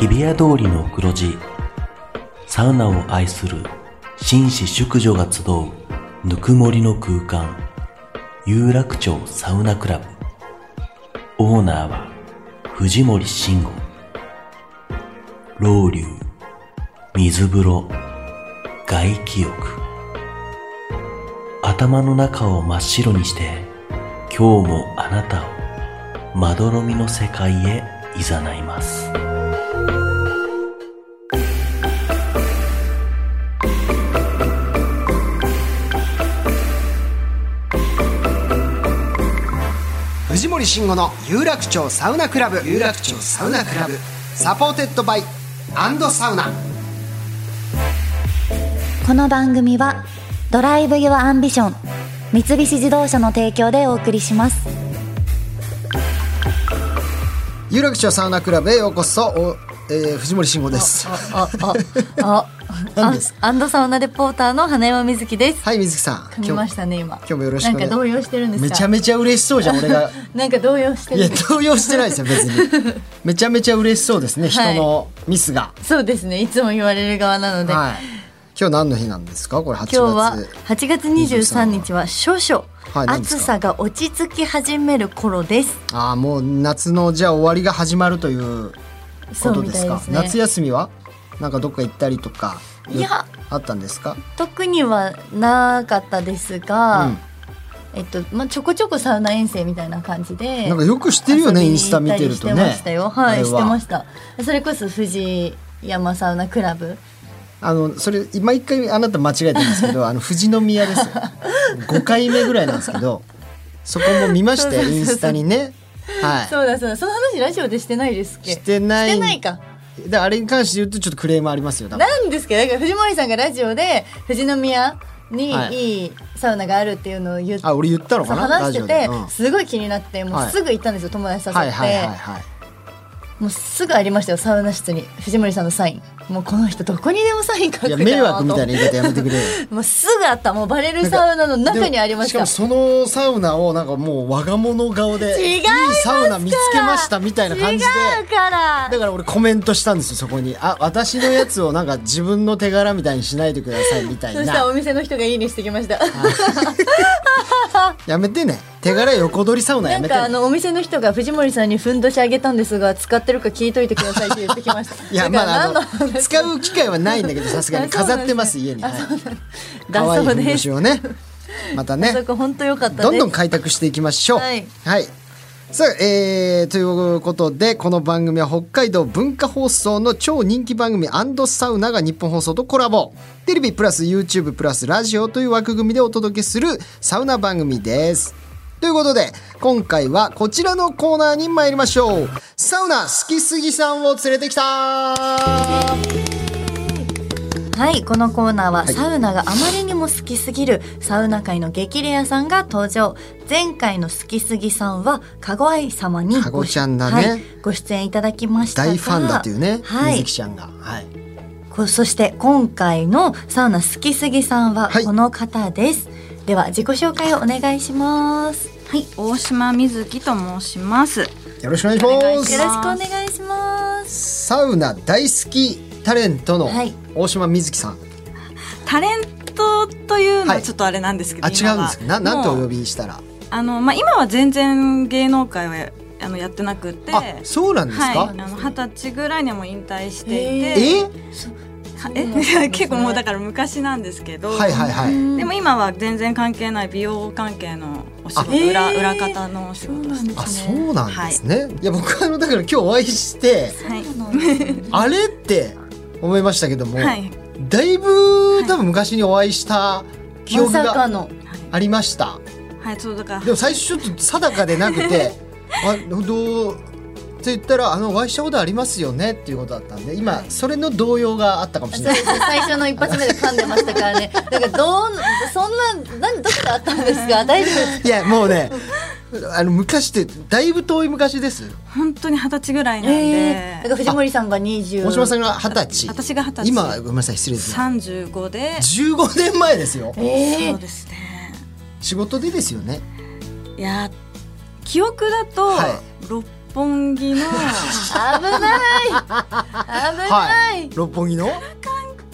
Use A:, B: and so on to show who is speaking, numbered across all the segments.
A: 日比谷通りの黒字サウナを愛する紳士淑女が集うぬくもりの空間有楽町サウナクラブオーナーは藤森慎吾老流水風呂外気浴頭の中を真っ白にして今日もあなたをまどろみの世界へ誘います
B: 藤森慎吾の有楽町サウナクラブ有楽町サウナクラブサポーテッドバイアンドサウナ
C: この番組はドライブ・ユア・アンビション三菱自動車の提供でお送りします
B: 有楽町サウナクラブへようこそお、えー、藤森慎吾です
C: あああ
B: 何です
C: アンドサウナレポーターの花山瑞希です
B: はい水木さん
C: 噛みましたね今今
B: 日もよろしくお
C: な
B: 願
C: ん
B: い
C: か動揺してるんですか
B: めちゃめちゃ嬉しそうじゃん俺 が
C: なんか動揺して
B: い
C: る
B: や
C: んです
B: 動揺してないですよ別にめちゃめちゃ嬉しそうですね人
C: はい
B: のミスが
C: そうですねいつも言われる側なので、
B: はい今日何の日なんですかこれ8月
C: 今日は8月23日は少々、
B: はい何ですか
C: 暑さが落ち着き始める頃です
B: ああもう夏のじゃあ終わりが始まるというこ
C: そう
B: と
C: み
B: で
C: た
B: す
C: い
B: か
C: ですね
B: 夏休みはなんかどっか行ったりとか
C: いや
B: あったんですか
C: 特にはなかったですが、
B: うん
C: えっとまあ、ちょこちょこサウナ遠征みたいな感じで
B: なんかよく知ってるよね
C: 遊び
B: イ
C: に
B: ンスタ見てるとね
C: 行ったりしてましたよは
B: あれ
C: い
B: は
C: してましたそれこそ藤山サウナクラ ブ
B: あのそれ毎回あなた間違えてるんですけ どあの富士宮ですよ5回目ぐらいなんですけどそこも見まし
C: そう
B: て
C: そうそうそう
B: インスタにねは
C: そうだそうだその話ラジオでしてないですっ
B: い
C: け
B: してない
C: してないか
B: だからあれに関して言うとちょっとクレームありますよ多分
C: なんですけどだから藤森さんがラジオで富士宮に
B: はい
C: いいサウナがあるっていうのを言って、
B: あ俺言ったの
C: そ
B: か
C: う
B: な
C: 話して
B: ラ
C: て、
B: ジオでうん
C: すごい気になっても
B: は
C: う
B: い
C: すぐ行ったんですよ、友達誘って、
B: はいはいはいはい
C: もうすぐありましたよサウナ室に藤森さんのサインもうこの人どこにでもサイン書く
B: いや
C: だろうと
B: 迷惑みたいな言い方やめてくれよ
C: もうすぐあったもうバレるサウナの中にありました
B: でもしかもそのサウナをなんかもう我が物顔で
C: 違い
B: いサウナ見つけましたみたいな感じで
C: 違うから
B: だから俺コメントしたんですよそこにあ私のやつをなんか自分の手柄みたいにしないでくださいみたい
C: そしたら
B: な
C: お店の人がいいねしてきました
B: やめてね手柄横取りサウナや
C: なん
B: めて、ね、
C: かあのお店の人が藤森さんにふんどしあげたんですが使ってるか聞いといてくださいって言ってきました
B: いや
C: だか
B: まあ
C: ら
B: あ
C: 何の
B: の
C: 話
B: 使う機会はないんだけどさすがに
C: あ そうなんですね
B: 飾ってます家にはい
C: だ
B: 可愛い
C: そ
B: ふ
C: うで
B: ん
C: す
B: どしをねまたね
C: そこ本当良かったです
B: どんどん開拓していきましょう。
C: はい
B: さあ、えーということで、この番組は北海道文化放送の超人気番組アンドサウナが日本放送とコラボ。テレビプラス YouTube プラスラジオという枠組みでお届けするサウナ番組です。ということで、今回はこちらのコーナーに参りましょう。サウナ好きすぎさんを連れてきた
C: はいこのコーナーはサウナがあまりにも好きすぎるサウナ界の激レアさんが登場前回の好きすぎさんはかごあい様に
B: かごちゃんだね
C: はいご出演いただきましたが
B: 大ファンだというね、
C: はい
B: 水木ちゃんが。はい。
C: こそして今回のサウナ好きすぎさんは
B: はい
C: この方です、では自己紹介をお願いしますよ
D: はい、大島瑞希と申します。
B: よろしくお願いします。
D: お願いし
C: ろ
D: ます
C: しくお願いします
B: サウナ大好きタレントの
C: はい
B: 大島みずきさん、
D: タレントというの
B: は
D: はいちょっとあれなんですけど、
B: あ違うんですかななんてお呼
D: び
B: びしたら
D: あのまあ今は全然芸能界はあのやってなくて、
B: あそうなんですか、
D: はい、あの二十歳ぐらいにはもう引退してい
C: へ
D: て、
B: え
D: か
C: そうなんですね
D: え 結構もうだから昔なんですけど、
B: はいはいはい
D: でも今は全然関係ない美容関係のお仕事
B: あ
D: 裏
C: へー
D: 裏方のお仕事をして
B: あ
C: す
B: そ
C: ね
B: うなんですね、い、や僕あのだから今日お会いして
D: はい
B: あれって思いましたけども、
D: はい
B: だいぶ多分昔にお会いした記憶
C: まさか
B: が
C: の
B: ありました
D: はいそうだから
B: でも最初ちょっと定かでなくてあどうって言ったらあのお会いしたことありますよねっていうことだったんで今それの動揺があったかもしれない
C: 最初の一発目で噛んでましたからね。だからどうそんな何どこであったんですか。大丈夫です
B: いやもうねあの昔ってだいぶ遠い昔です
D: 本当に二十歳ぐらいなんで、
C: えー、だから藤森さんが二十。
B: 大島さんが二十歳
D: 私が二十歳
B: 今ごめんなさい失礼です
D: 35で
B: 15年前ですよ
C: ええ
D: そうですね。
B: 仕事でですよね
D: いや記憶だと、
B: は
D: 六本木の
E: 危ない危ない、
B: はい六本木の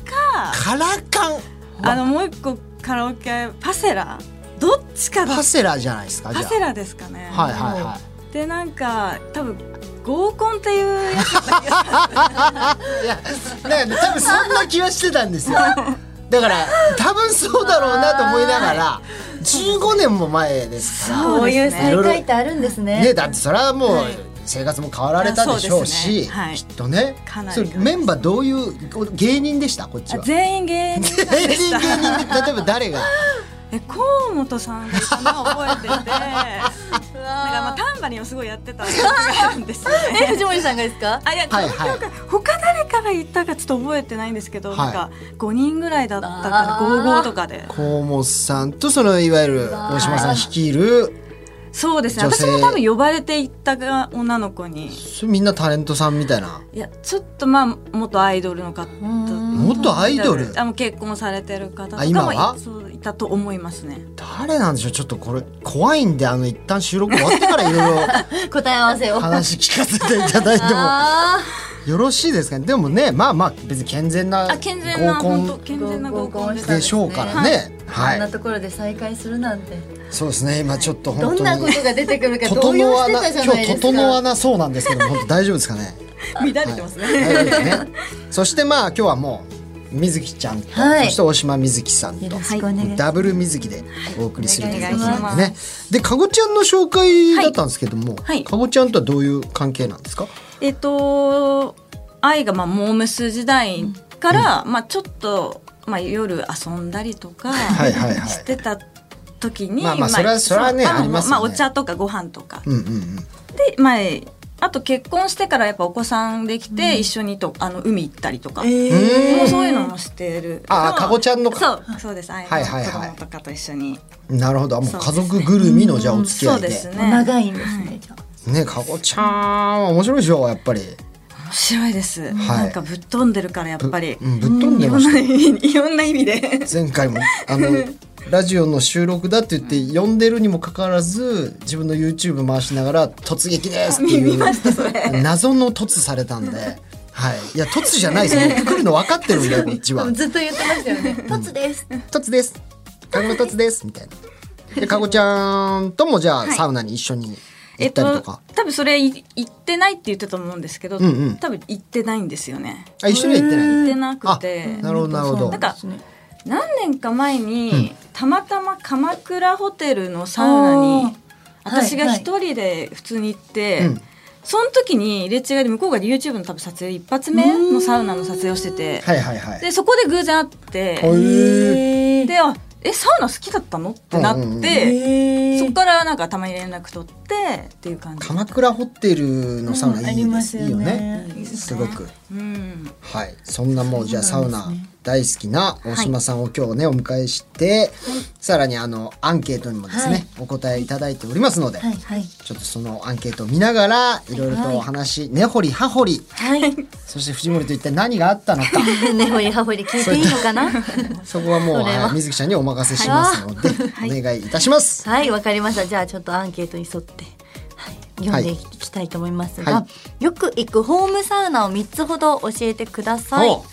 D: か
B: カラカン
D: あのもう一個カラオケパセラどっちかだ
B: パセラじゃないですか
D: パ
B: じゃ
D: セラですかね、
B: あはいはいは
D: でなんか多分合コンっていうやつ
B: いいやなんか多分そんな気はしてたんですよだから多分そうだろうなと思いながら15年も前ですから
E: こういう
B: い
E: 再
B: ろいろ
E: 会ってあるんですね
B: ねだってそれはもう
D: はい
B: 生活も変わられたでしょうし、
D: そうですねはい
B: きっとね
D: かな
B: そ
D: り
B: れメンバーどういうこ芸人でしたこっち
D: あ
B: は
D: 全員芸 人
B: 芸人芸人って例えば誰が
D: え河本さんがいたのを覚えててなんかまあタンバリンをすごいやってた記憶があるんですよ
E: え
D: ね
E: 藤森さんがですか
D: あいや、
B: はいはい
D: 他誰かが言ったかちょっと覚えてないんですけど、
B: はい
D: なんか5人ぐらいだったから
E: あー
D: 55とかで
B: 河本さんとそのいわゆる
E: わー
B: 大島さん率いる
D: そうですね
B: 女性
D: 私も多分呼ばれていったが女の子に
B: それみんなタレントさんみたいない
D: やちょっとまあ元アイドルの方
E: うーん
B: 元アイドル
D: あもう結婚されてる方と
B: あ
D: か
B: 今
D: もい
B: は
D: そういたと思いますね
B: 誰なんでしょうちょっとこれ怖いんであの一旦収録終わってからいろい
E: 答え合わせ
B: ろ
E: を
B: 話聞かせていただいても
E: あ
B: よろしいですかねでもねまあまあ別に健全な
D: あ健全な
B: 合コ
D: 本当
B: ン
D: 健全な合コンでし
E: 合コン
D: た
B: でしょうからね
E: ーあ
B: は
E: ん
B: い、
E: なところで再会するなんて
B: そうですね今ちょっと本当
E: ど
B: に
E: んなことが出てくるか動
B: 整
E: 揺し
B: わ
E: て
B: な
E: たじゃ
B: 今
E: ないで
B: 日
E: すか
B: 整わなそうなんですけど本当大丈夫ですか ね
D: 乱れてますね、
B: 大丈夫ですねそしてまあ今日はもう水木ちゃんと、
E: はい
B: そして大島水木さん
E: よ
B: と
E: ろしくお願いします
B: ダブル水木でお送りするということ
D: お
B: なん
D: 願
B: で
D: い
B: ねでかごちゃんの紹介だったんですけども、
D: はい
B: かごちゃんとはどういう関係なんですか
D: えっと愛がまあモームス時代から、まあちょっとまあ夜遊んだりとか
B: はいはいはい
D: してた時に
B: まあまあそれはそれはね
D: まあ
B: ありますよね
D: まあお茶とかご飯とか
B: うんうんうん
D: でまああと結婚してからやっぱお子さんできて一緒にとあの海行ったりとか、もうそういうのもしてる
B: あーかごちゃんのか
D: そうそうです愛
B: はいはい
D: の
B: はい
D: 子供とかと一緒に、
B: なるほどあもう
D: そう
B: 家
D: ですね
B: 族ぐるみのじゃあお付き合い
D: そ
B: うで,、
D: ですね
E: 長いんですね、じゃあ
B: ねかごちゃんは面白いでしょやっぱり
D: 面白いです、なんかぶっ飛んでるからやっぱり、
B: うんぶっ飛んでました
D: いろんな意味いろんな意味で
B: 前回もあのラジオの収録だって言って呼んでるにもかかわらず自分の YouTube 回しながら「突撃です」っていう謎の突されたんで、はい、いや突じゃないですよ来るの分かってるんだよこっちは
E: 多分ずっと言ってましたよね「凸です」
B: 「突です」「かごの突です」みたいな。でかごちゃんともじゃあ、サウナに一緒に
D: え
B: 行
D: っ
B: ったり
D: と
B: とか、
D: 多分それい行ってないって言ってたと思うんですけど、
B: んうん
D: 多分行ってないんですよね
B: あ一緒には行ってない
D: 行ってなくて
B: なるほどなるほど
D: なんか何年か前に、たまたま鎌倉ホテルのサウナに
E: あーはい
D: 私が一人で普通に行って、
B: うん
D: その時に入れ違いで向こうが YouTube の多分撮影一発目のサウナの撮影をしてて、
B: はいはいはい
D: でそこで偶然会って、
B: へー
D: であえサウナ好きだったのってなって、
B: うんうんうん
D: そこからなんかたまに連絡取ってっていう感じ。
B: 鎌倉ホテルのサウナいいです、
E: うん
B: いいよ
E: あり
B: ね
E: ますよね
B: すごく
D: うん
B: はい、そんなもうじゃあサウナ大好きな大島さんを今日ねお迎えして、さらにあのアンケートにもですね、
E: はい
B: お答えいただいておりますので、
E: はいはい
B: ちょっとそのアンケートを見ながらいろいろとお話、根掘り葉掘り
E: はい
B: そして藤森と一体何があったのか
E: 根掘り葉掘り聞いていいのかな
B: そこはもう
E: それは
B: はい水木ちゃんにお任せしますので、お願いいたします。
E: はいわかりましたじゃあちょっとアンケートに沿って、はい、読んでいきたいと思いますが、
B: は
E: よく行くホームサウナを3つほど教えてください
B: お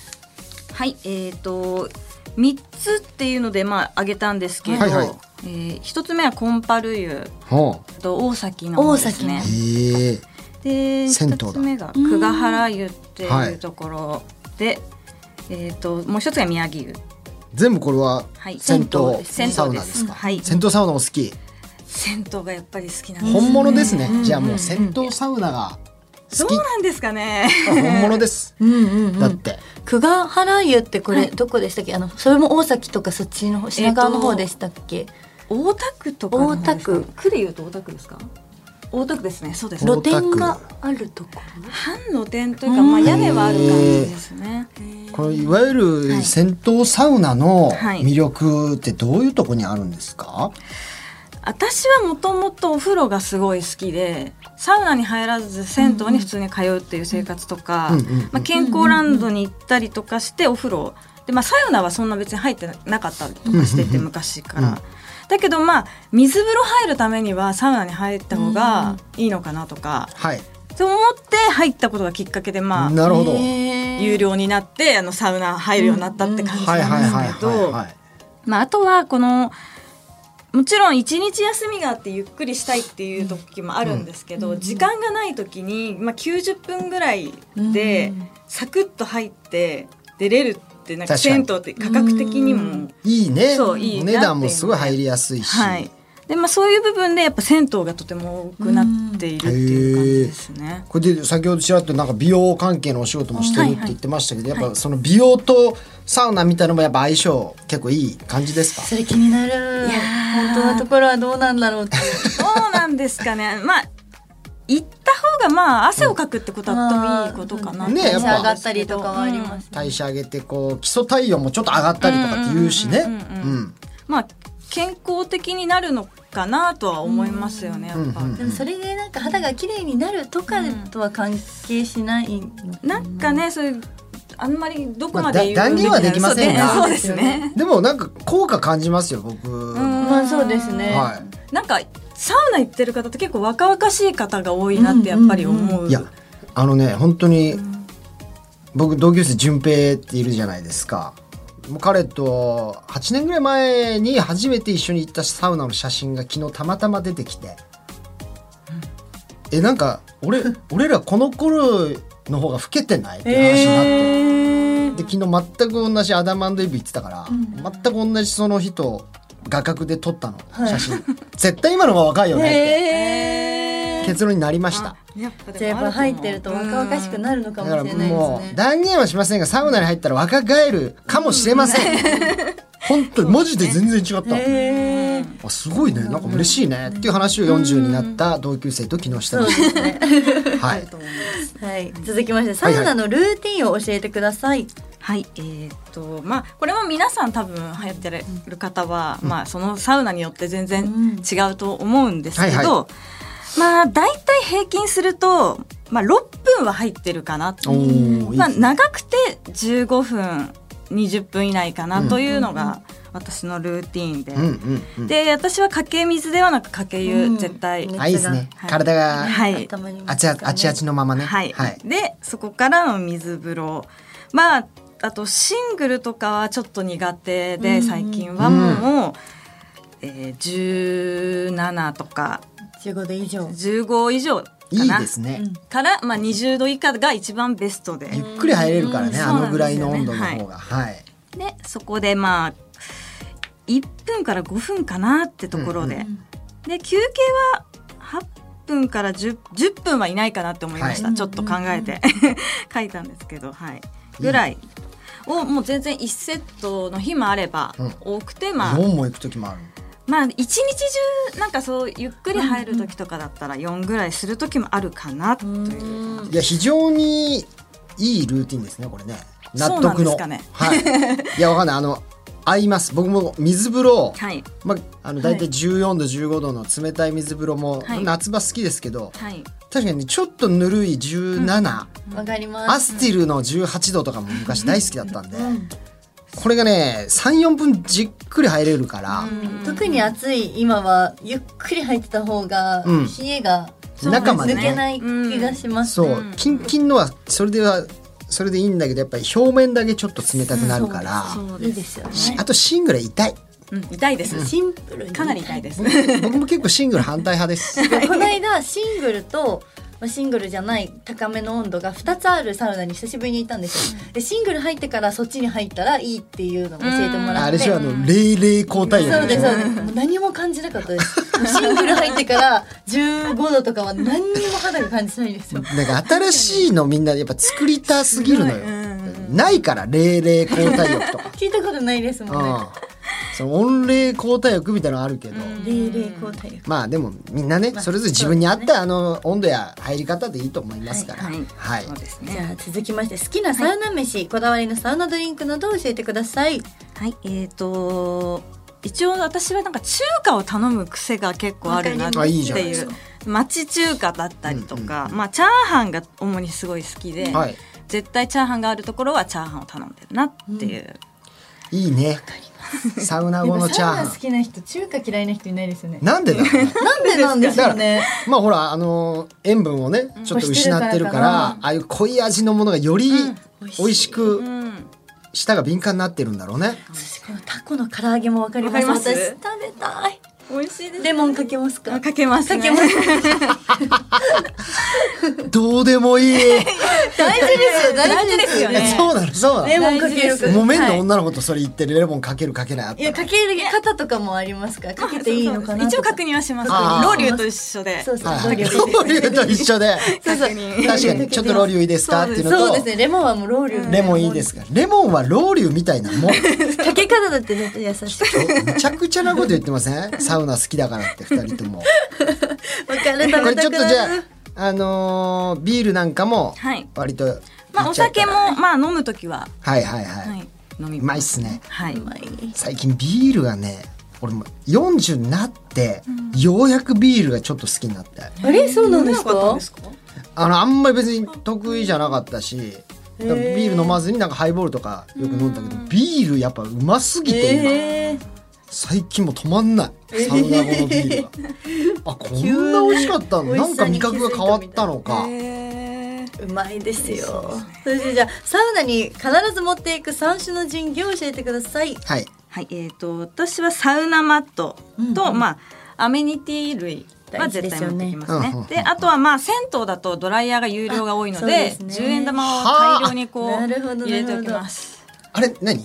D: はい、えっ、と3つっていうのでまあ挙げたんですけど、
B: はいはい
D: えー、1つ目はコンパル湯
B: ほう
D: と大崎の方ですね
E: 大。
B: へえ
D: で
B: 銭湯だ
D: 1つ目が久ヶ原湯っていうところで、えっ、ともう一つが宮城湯。
B: 全部これは
D: はい
B: 銭
D: 銭湯
B: 湯
D: です銭湯です
B: サウナですか、
D: はい
B: 銭湯サウナお好き
D: 銭湯がやっぱり好きなんです、ね。
B: 本物ですね、じゃあもう銭湯サウナが好
D: どう
B: き
D: なんですかね。
B: 本物です。だって
E: 久我原湯ってこれ、どこでしたっけあのそれも大崎とかそっちの方品川の方でしたっけ、
D: 大田区とかの方ですか
E: 大田区
D: 区で言うと大田区ですか大田区ですねそうです
B: ろ
E: 露店があるとこ
D: 半露天というか、まあ、屋根はある感じですね
B: このいわゆる銭湯サウナの
D: はい
B: 魅力ってどういうとこにあるんですか？
D: 私はもともとお風呂がすごい好きでサウナに入らず銭湯に普通に通うっていう生活とか、
B: うんうん
D: まあ、健康ランドに行ったりとかしてお風呂で、まあ、サウナはそんな別に入ってなかったりとかしてて昔から。だけどまあ水風呂入るためにはサウナに入った方がいいのかなとか、
B: はい
D: そう思って入ったことがきっかけでまあ
B: なるほど、
D: 有料になってあのサウナ入るようになったって感じ
B: はいはい
D: な
B: は
D: ん
B: い
D: ですけ
B: はい
D: ど
B: はい
D: まああとはこのもちろん一日休みがあってゆっくりしたいっていう時もあるんですけど、時間がない時に、まあ、90分ぐらいでサクッと入って出れるってなんか
B: 確か
D: 銭
B: に
D: 湯って価格的にも、
B: いいね
D: そうい
B: お
D: いなっていう
B: 値段もすごい入りやすいし、
D: はいでまあ、そういう部分でやっぱ銭湯がとても多くなっているっていう感じですね。
B: これで先ほどちらっとなんか美容関係のお仕事もしてるって言ってましたけど、やっぱその美容とサウナみたいなのもやっぱ相性結構いい感じですか
C: それ気になる本当のところはどうなんだろうって いう
D: どうなんですかねまあ行った方がまあ汗をかくってことはとてもいいことかなと思うん
B: ね
D: ですけど
B: やっぱ
C: 上がったりとかはあります、
B: 代謝上げてこう基礎体温もちょっと上がったりとかって言うしねうん
D: まあ健康的になるのかなとは思いますよねやっぱ、
B: うんうん
C: でもそれでなんか肌が綺麗になるとかとは関係しないの
D: なんかねそういうあんまりどこま
B: まあ
D: で
B: だ
D: 言
B: 断
D: うべきなの、
B: 言はできませんが
D: そうねそうですね
B: でもなんか効果感じますよ僕、は
C: まあそうです
B: い
C: ね
D: なんかサウナ行ってる方って結構若々しい方が多いなってやっぱり思う,、
B: いやあのね本当に、僕同級生淳平っているじゃないですかもう彼と8年ぐらい前に初めて一緒に行ったサウナの写真が昨日たまたま出てきて、えなんか 俺俺らこの頃の方が老けてないって話になって、で昨日全く同じアダマンドイブ行ってたから、全く同じその日と画角で撮ったの写真、絶対今の方が若いよねって結論になりました
D: やっぱ
C: じゃあ
D: で
C: や
D: も
C: っ
D: あ
C: ぱ
D: ると思う
C: 入ってると若々しくなるのか
B: だ
C: も
B: から
C: しれないです
B: も
C: ね
B: う断言はしませんがサウナに入ったら若返るかもしれません。本当にマジで全然違った。あすごいねなんか嬉しいねっていう話を40になった同級生と昨日してました。はい。
C: はい、続きましてサウナのルーティンを教えてください、
D: はい、えーっとまあこれも皆さん多分流行ってる方は、まあそのサウナによって全然違うと思うんですけど、
B: はいは
D: まあ大体平均するとまあ6分は入ってるかな
B: おーいい
D: まあ
B: ですね
D: 長くて15分20分以内かなというのが私のルーティンで、
B: うんうんうん。
D: で私はかけ熱ではなくかけ湯、絶対
B: あいいですね
D: はい
B: 体が
D: はい
C: たまに
B: あちああちあちのままね。
D: はい、でそこからの水風呂まああとシングルとかはちょっと苦手で、最近はもう、えー、17とか
C: 15度以上
D: 15以上か
B: い
D: ない
B: ですね。
D: から、まあ、20度以下が一番ベストで
B: ゆっくり入れるからね
D: うん
B: あのぐらいの
D: そうな
B: 温
D: ん
B: 度
D: で
B: の
D: すよね
B: 方がはい。
D: でそこでまあ1分から5分かなってところで、で休憩は8分から 10, 10分はいないかなって思いました、
B: はい
D: ちょっと考えて 書いたんですけど、はい、ぐらいをもう全然1セットの日もあれば、
B: うん
D: 多くてまあ
B: 4も行く時もある。
D: まあ一日中なんかそうゆっくり入る時とかだったら4ぐらいする時もあるかなという感じ
B: いや非常にいいルーティンですねこれね納得の
D: そうなんです
B: はい、いやわかんないあの合います僕も水風呂、
D: はい
B: まあ、あの大体14度15度の冷たい水風呂も、
D: はい
B: 夏場好きですけど、
D: はい
B: 確かにちょっとぬるい17、
C: わかりま
B: アス
C: す
B: ティルの18度とかも昔大好きだったんで、これがね34分じっくり入れるから、
C: 特に暑い今はゆっくり入ってた方が
B: うん
C: 冷えが
B: 中まで
C: 抜け
B: ね
C: ない気がします、
B: そう、キンキンのはそれではそれでいいんだけどやっぱり表面だけちょっと冷たくなるから、
D: そう
C: い
D: で
C: い
D: す、
C: ですよね
B: あとシングルは痛い
D: うん、痛いです、
C: シンプルに
D: かなり痛いです
B: 僕も結構シングル反対派です。
C: この間シングルとまあシングルじゃない高めの温度が2つあるサウナに久しぶりに行ったんですよでシングル入ってからそっちに入ったらいいっていうのを教えてもらって
B: あれでしょあの冷冷交代
C: そう
B: 力で
C: です
B: し
C: そ
B: ょ
C: うですもう何も感じなかったですもうシングル入ってから15度とかは何にも肌が感じないですよ
B: なんか新しいのみんなやっぱ作りたすぎるのよ。ないから冷冷交代力とか。
C: 聞いたことないですもん
B: う
C: ね
B: ん。その温冷交代力みたいなのあるけど。
C: 冷冷交代力
B: まあでもみんなねそれぞれ自分に合ったあの温度や入り方でいいと思いますから。
D: はい、
B: はい
D: そう。ですね
C: じゃあ続きまして好きなサウナ飯、こだわりのサウナドリンクなどを教えてください
D: はい、えっ、と一応私はなんか中華を頼む癖が結構あるなって
B: わかりますあいい
D: い
B: じゃ
D: う町中華だったりとか、まあチャーハンが主にすごい好きで、
B: はい
D: 絶対チャーハンがあるところはチャーハンを頼んでるなっていう、
B: いいね。サウナ後のチャーハ
C: サウナ
B: ン
C: 好きな人中華嫌いな人いないですよね
B: なんでだろうね
C: なんでなんですよね
B: まあほらあのー塩分をねちょっと失ってるから,、ああいう濃い味のものがより美味しく
D: うん
B: 舌が敏感になってるんだろうね、
C: 私このタコの唐揚げもわかります
D: わかります
C: 私食べたい
D: 美味しいです
C: レモンかけますか
D: あかけます
C: か
D: ね
C: けます
B: どうでもいい
C: 大事ですよ大事ですよね
B: そうなのそうな
C: レ
B: の
C: モンかけるか
B: 木綿の
C: はい
B: 女の子とそれ言ってるレモンかけるかけないあっ
C: い
B: たら
C: やかける方とかもありますかかけていいのかな
D: 一応
C: か
D: 確認はします
B: あー
D: ロウリュウと一緒で
C: そうそう
B: はい
C: ロウリュ
B: ロウリュウと一緒で
D: 確
B: 確
D: 認
B: かにちょっとロウリュウいいですかっていうの
C: そうで
B: と
C: すねレモンはもうロウリュ
B: レモンいいですかレモンはロウリュウみたいなもん
C: かけ方だって絶対優しい
B: むちゃくちゃなこと言ってませんサウナ好きだからって二人ともこれちょ
C: わかる食べた
B: っ
C: く
B: とじゃ
C: なる
B: ああのービールなんかも
D: はい
B: 割といっちゃうから
D: まあお酒もまあ飲むときは
B: はいはいはい、
D: はい飲み
B: う
D: ま
B: まいっすね
D: すはいう
C: まい
B: 最近ビールがね俺も40になって、ようやくビールがちょっと好きになって
C: あれそうなんです
D: 飲めなかったん
C: か
D: ですか
B: あのあんまり別に得意じゃなかったしビール飲まずになんかハイボールとかよく飲んだけどビールやっぱうますぎて今、
C: えー
B: 最近もう止まんないサウナ後のビールが、あこんな美味しかったの
C: 急に
B: なんか味覚が変わったのか、
D: へー
C: うまいですよ。それでじゃあサウナに必ず持っていく三種の神器を教えてください。
B: はい
D: はいえっと私はサウナマットとまあアメニティ類は絶対持ってきます
B: 大事ですよね
D: ね。で、あとはまあ銭湯だとドライヤーが有料が多いの
C: あそうで、
D: です
C: ね
D: 10円玉を大量にこう
C: はあなるほど
D: 入れておきます。
B: あれ何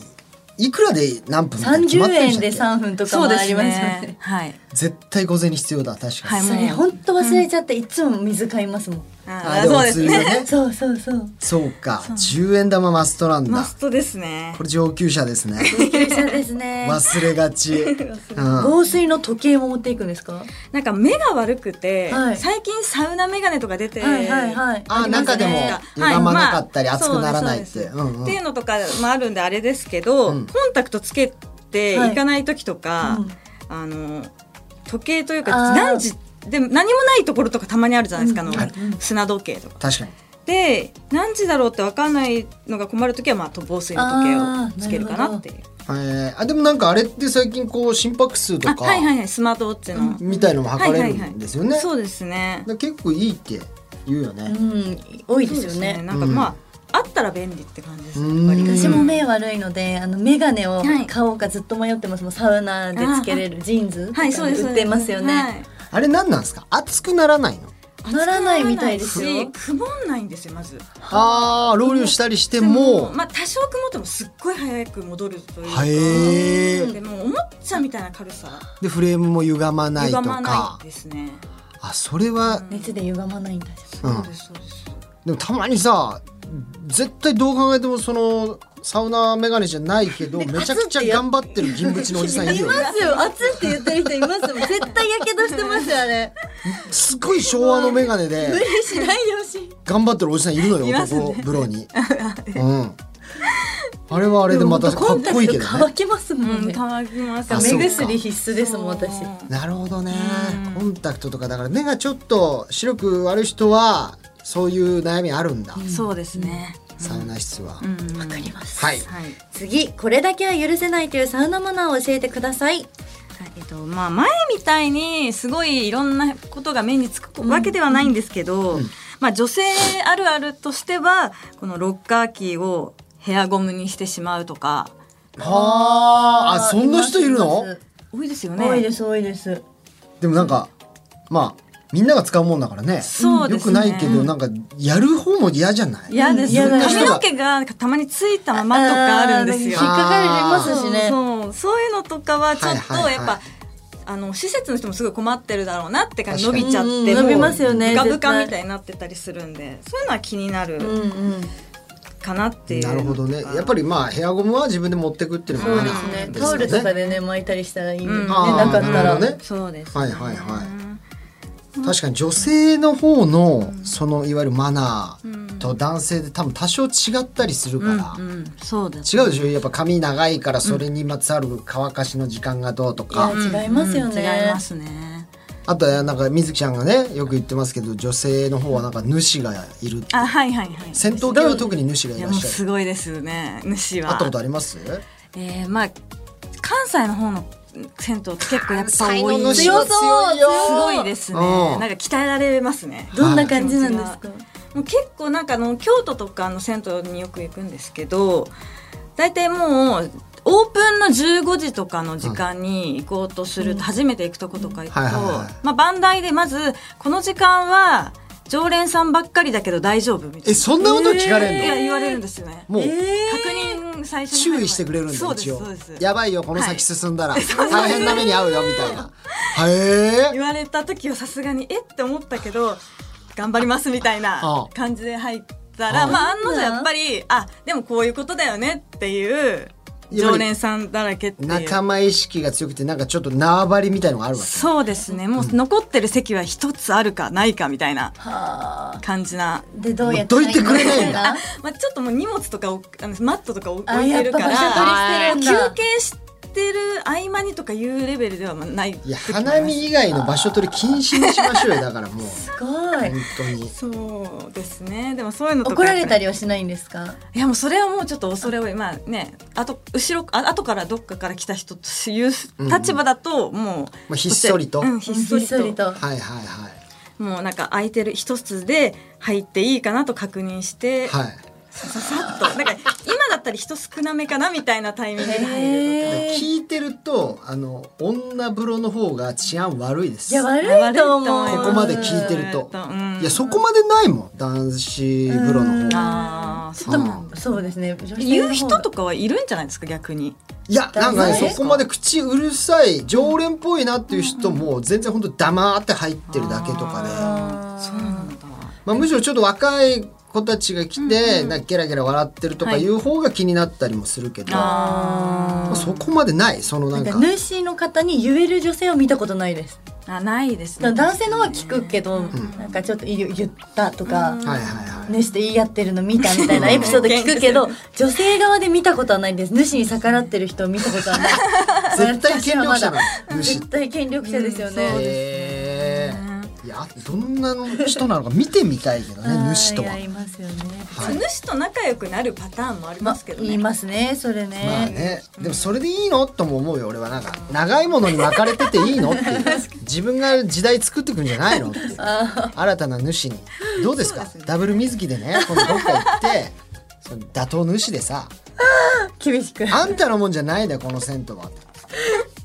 B: いくらで何分とか
C: 三
B: 決
C: 十
B: まってる
C: 円
B: じゃん
C: で三分とかも
D: そ
C: あ
D: う
C: り
D: で
C: ます
D: す
C: よ
D: ね
C: ね。。
D: はい。
B: 絶対午前に必要だ確か
D: は
B: に、
D: い
C: それ
D: もう
C: 本当忘れちゃっていつも水買いますもん。
D: あ
B: あ
D: ー
B: でも
D: そうです
B: お
D: ね。
B: 釣りで
C: そうそうそう。
B: そうか10円玉マストなん
D: マ
B: だ
D: ストですね
B: こ。れ上級者ですね
C: 旧車ですね。
B: 忘れがち、うん、
C: 防水の時計も持っていくんですか。
D: なんか目が悪くて、
C: はい
D: 最近サウナメガネとか出て、
C: はいはいはい。
B: あ中でも
C: あ
B: 歪まなかったり
D: はい
B: 熱くならないっ
D: そう
B: て、
D: です
B: う
D: そうです
B: んうん
D: っていうのとかもあるんであれですけど、
B: うん
D: コンタクトつけていかない時とか、
C: うん
D: あの時計という
C: あ
D: か
C: ー
D: 何時でも何もないところとかたまにあるじゃないですか、
C: うん
D: あの
B: はい
D: 砂時計とか。
B: 確かに
D: で何時だろうって分かんないのが困る時は、まあ、防水の時計をつけるかなっていう
B: えー、あでもなんかあれって最近こう心拍数と
D: あ
B: か
D: はいはいはいスマートウォッチの、
B: みたいのも測れ
D: はいは
B: る
D: いは
B: ん
D: い
B: ですよね。
D: そうですね
B: だから結構いいって言うよ
C: う
B: ね。
C: ん、多いで
D: そう
C: す
D: で
C: よ
D: すね
C: ね。
D: なんかまあ、あったら便利って感じですね
B: うん
D: やっぱり
C: 私も目悪いので、あの眼鏡を
D: はい
C: 買おうかずっと迷ってます。もうサウナでつけれるジーンズとか
D: はいそうです
C: 売ってますよね。
D: はい
B: あれ何なんですか熱くならないの
C: ならないみたいですよ
D: し曇んないんですよまず
B: あーロウリュしたりしても
D: まあ多少曇ってもすっごい早く戻るというか
B: へー
D: でもおもちゃみたいな軽さ
B: でフレームも歪まないと
D: 歪まな
B: か
D: いですね
B: あそれは、
C: 熱で歪まないんだじゃん。
B: うん
D: そうですそうです
B: でもたまにさ絶対どう考えてもそのサウナメガネじゃないけどめちゃくちゃ頑張ってる銀縁のおじさんいる
C: い
B: よね
C: ますよ熱って言ってる人いますもん 絶対やけどしてますよあれ
B: すっごい昭和のメガネで
C: 無理 しないでほしい
B: 頑張ってるおじさんいるのよ、
D: いますね
B: 男風呂に。うん。あれはあれでまたかっこいいけど
C: 乾
B: ね。
C: きますもん
D: う
C: ね
D: ん、乾きます
B: あそう
C: 目
B: か
C: 薬必須ですもん私
B: なるほどね。コンタクトとかだから目がちょっと白く悪い人はそういう悩みあるんだ。
D: そうですね
B: サウナ室は。
D: うん
C: わかります
B: はい。
D: はい
C: 次これだけは許せないというサウナマナーを教えてください
D: えっとまあ、前みたいにすごいいろんなことが目につくわけではないんですけど、まあ、女性あるあるとしてはこのロッカーキーをヘアゴムにしてしまうとか
B: はあ、あそんな人いるの
C: います
D: 多いですよね。
C: 多いです多いです
B: でもなんかまあみんなが使うもんだからね。
D: そうですね
B: よくないけどなんかやる方も嫌じゃない
D: 嫌です、
C: うん嫌だ
D: 髪の毛がたまについたままとかあるんですよ。
C: あー引っかかれますしね
D: そうそうそういうのとかはちょっとやっぱ、
B: はいはいはい
D: あの施設の人もすごい困ってるだろうなって感じ伸
B: 確かに
D: びちゃっ
C: うん
D: て
C: 伸びますよね
D: ブカブカ
C: 絶対
D: みたいになってたりするんでそういうのは気にな
C: うん
D: る
C: うん
D: かなっていう
B: なるほどね。やっぱ
D: り
B: りまあヘアゴムは自分で持ってくっていうの
C: そ
B: もマ
C: う
B: ナ
C: ですね
B: ーです
C: タオ
B: よね。
C: ルとかでね巻いたりしたらいいね
D: うん
C: な
B: あー
C: かった
B: なる
C: ら
B: ほどね
D: そうです、
B: はいはいはい。確かに女性の方のそのいわゆるマナーと男性で多分多少違ったりするから、
D: うんうん、そうだ
B: 違うでしょやっぱ髪長いからそれにまつわる乾かしの時間がどうと
C: い
B: か、
C: や違いますよね
D: 違いますね
B: あとはなんか水木ちゃんがねよく言ってますけど女性の方はなんか主がいる
D: あはいはいはい
B: 戦闘系は特に主が
D: い
B: い
D: や
B: ら
D: も
B: っ
D: う
B: しゃる
D: すごいですよね主は
B: 会ったことあります
D: えーまあ彼関西の方の銭湯って結構やっぱ
B: 才
D: 多
B: 能
D: い
B: の
D: す
B: 人は強いよ
D: ごいですね
B: うん
D: なんか鍛えられますね
C: どんな感じなんですか
D: もう結構なんかあの京都とかの銭湯によく行くんですけど大体もうオープンの15時とかの時間に行こうとすると、初めて行くとことか行くと、
B: はいはいはい
D: まあ番台でまずこの時間は常連さんばっかりだけど大丈夫みたいな
B: えそんなこと聞かれんの
D: いや言われるんですよね
B: もう
D: 確認最初に入る前
B: 注意してくれるんだ
D: そうです
B: 一応
D: そうです
B: やばいよこの先進んだら大変な目に遭うよみた いなへえ
D: 言われた時はさすがにえって思ったけど頑張りますみたい
B: ああ
D: な感じで入った
B: ああ
D: らまあ案の定やっぱりあでもこういうことだよねっていう常連さんだらけっていう
B: 仲間意識が強くてなんかちょっと縄張りみたいのがあるわけ
D: そうですねもう残ってる席は一つあるかないかみたいな
C: はあ
D: 感じな。
C: でどうやって
B: どいてくれないんだ
C: あ
D: まあ、ちょっともう荷物とかをあのマットとかを置
C: あ
D: いてるか
C: や
D: ら
C: っぱ場所取りしてるんだ
D: 休憩してる合間にとかいうレベルではまあない
B: いや
D: 時もあります
B: 花見以外の場所取り禁止にしましょうよだからもう
C: すごい
B: 本当に
D: そうですねでもそういうのとか
C: 怒られた
D: り
C: りはしないんですか
D: いやもうそれはもうちょっと恐れ多いまあねあと後ろあ後からどっかから来た人という立場だとも
B: う
D: う
B: ひっそりと
D: うんひっそりと
B: は
C: と
B: いはいはい
D: もうなんか空いてる一つで入っていいかなと確認して、
B: はい
D: さささっとなんか今だったら人少なめかなみたいなタイミングで入るとか。
C: へー
B: 聞いてるとあの女風呂の方が治安悪いです
C: いや
B: こ
C: 悪いと思
D: 悪いと思う
C: う
B: こまで聞いてると
D: うん
B: いやそこまでないもん男子風呂の方
D: ああ
C: ち
D: そ
C: ょ
D: う
C: っと
D: なん
C: も
D: だ
C: そうですね女性の方
D: 言う人とかはいるんじゃないですか逆に
B: いやなんかね
C: 大丈夫
B: そこまで口うるさい常連っぽいなっていう人も全然ほんと黙って入ってるだけとかで、
D: あーそうなんだ
B: まあ、むしろちょっと若い子たちが来てなんかゲラゲラ笑ってるとかいう方が気になったりもするけど、
D: あ
B: まあそこまでないそのなん
C: な
B: か
C: んか主の方に言える女性を見たことないです
D: あないですね
C: 男性のは聞くけど、なんかちょっと言ったとか、
B: はいはいはい
C: 主と言い合ってるの見たみたいなエピソード聞くけど女性側で見たことはないんです主に逆らってる人を見たことはない
B: 絶対権力者なの主
C: 絶対権力者ですよね、
B: へえいやどんなの人なのか見てみたいけど
C: あ
B: ね
C: ー
B: 主とは。
C: いやいますよね、
B: はい
D: 主と仲良くなるパターンもありま
C: ます
D: けど
C: 言
D: ね
C: いますねそれね,、
B: まあね、でもそれでいいのとも思うよ俺はなんか長いものに巻かれてていいのっていう自分が時代作ってくんじゃないのっていう新たな主にどうですかダブル水着でねこのどっか行ってその打倒主でさ
C: 厳しく
B: あんたのもんじゃないんだよこの銭湯は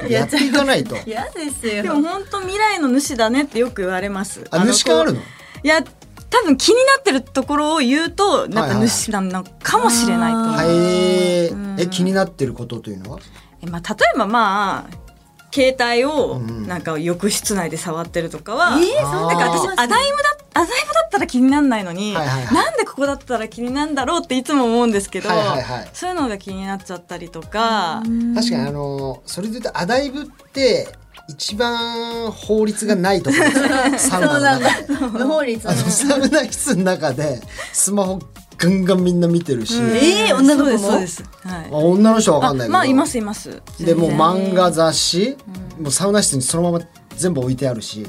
B: やっていかないと
C: 嫌ですよ
D: でも本当未来の主だねってよく言われます
B: あ主感あるの
D: いや多分気になってるところを言うとなんか主なのかもしれないと思う、
B: はいえー気になってることというのは
D: えまあ、例えばまあ携帯
B: う
D: を
B: ん
D: なんか浴室内で触ってるとかは、
C: えー
B: そん
D: な
B: なん
D: か私
C: あー
D: アダイムだアダイムだったら気になんないのに、
B: はいはいはい
D: なんでここだったら気になんだろうっていつも思うんですけど、
B: はいはいはい
D: そういうのが気になっちゃったりとか、
B: 確かにあのーそれで言うとアダイブって一番法律がないところですサウナの中で。
C: 無法律
B: あのサウナ室の中でスマホガンガンみんな見てるし、ま
C: えー、女の子も
D: そうですそうです、はい
B: あ、女の人は分かんないけど
D: まあいますいます
B: でもう
D: 全然
B: 漫画雑誌、もうサウナ室にそのまま全部置いてあるし、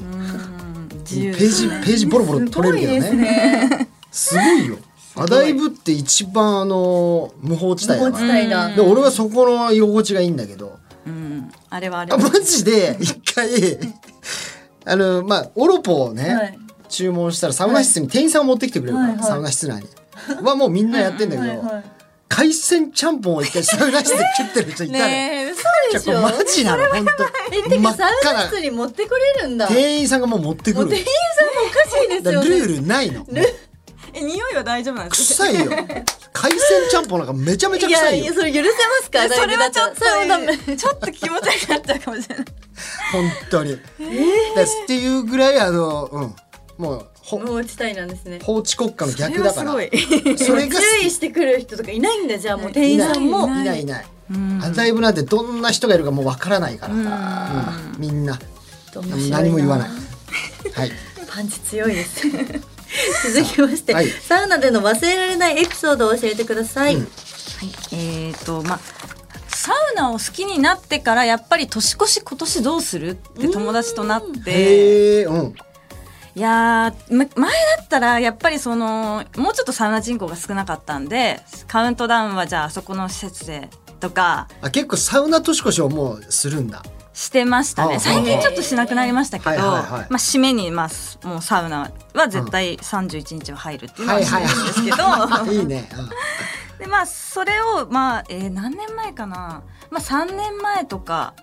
B: ペ
D: 自由
B: ージページボロボロ取れるけどねすごいよアダイブって一番あの無法地帯
C: 無
B: だ
C: 法
B: か
C: 地
B: ら
C: 帯だ、
B: で俺はそこの居心地がいいんだけど
D: うん、あれはあれ
B: あ
D: は
B: マジで一回あのまあオロポをね、
C: はい
B: 注文したらサウナ室に店員さんを持ってきてくれるから、
C: はいはい
B: サウナ室内に。はもうみんなやってんだけど、
C: はい
B: 海鮮ちゃんぽんを一回サウナ室で食ってる人いたの、
C: ねえ嘘でし
B: いや
C: ょ
B: これマジなの本
C: え
B: 当
C: て
B: 真
C: か
B: っ
C: サウ
B: 赤
C: ナ
B: な
C: 室に持ってこれるんだもう
B: 店員さんがもう持ってくる
C: 店員さんもおかしいです
B: だ
C: よ
B: から
C: ね
B: ルールないの
D: え匂いは大丈夫なんですか
B: 臭いよ海鮮ちゃんぽんなんかめちゃめちゃ臭い
C: い
B: よ
C: やそれ許せますか
D: それはちょっ
C: それはダメ
D: とちょっと気持ち悪くなっちゃうかもしれ ない
B: 本当に、だっていうぐらいあのうんもうほ
C: もう地帯なんですね
B: 法治国家の
D: そ
B: 逆
D: れは
B: だか
D: す
B: ら
D: ごい
B: それが
C: 注意してくる人とかいないんだじゃあもう店
B: い
C: 員
B: な
C: さ
B: い
C: んも
B: いないいないアダイブなんてどんな人がいるかもうわからないから、うんみんな
C: 面白いな
B: 何も言わない はい
C: パンチ強いです 続きまして、
B: はい
C: サウナでの忘れられないエピソードを教えてください、
B: うん
D: えー、とまあサウナを好きになってからやっぱり年越し今年どうするって友達となって
B: へえうん
D: いやーま前だったらやっぱりそのもうちょっとサウナ人口が少なかったんでカウントダウンはじゃああそこの施設でとか
B: あ結構サウナ年越しをもうするんだ
D: してました
B: ああ
D: ね最近ちょっとしなくなりましたけど、
B: はいはいはい
D: まあ、締めに、まあ、すもうサウナは絶対31日は入るっていうの
B: は
D: はいして
B: はい
D: るんですけど、
B: はいいいね、 うん
D: でまあそれをまあ、えー何年前かな、まあ、3年前とか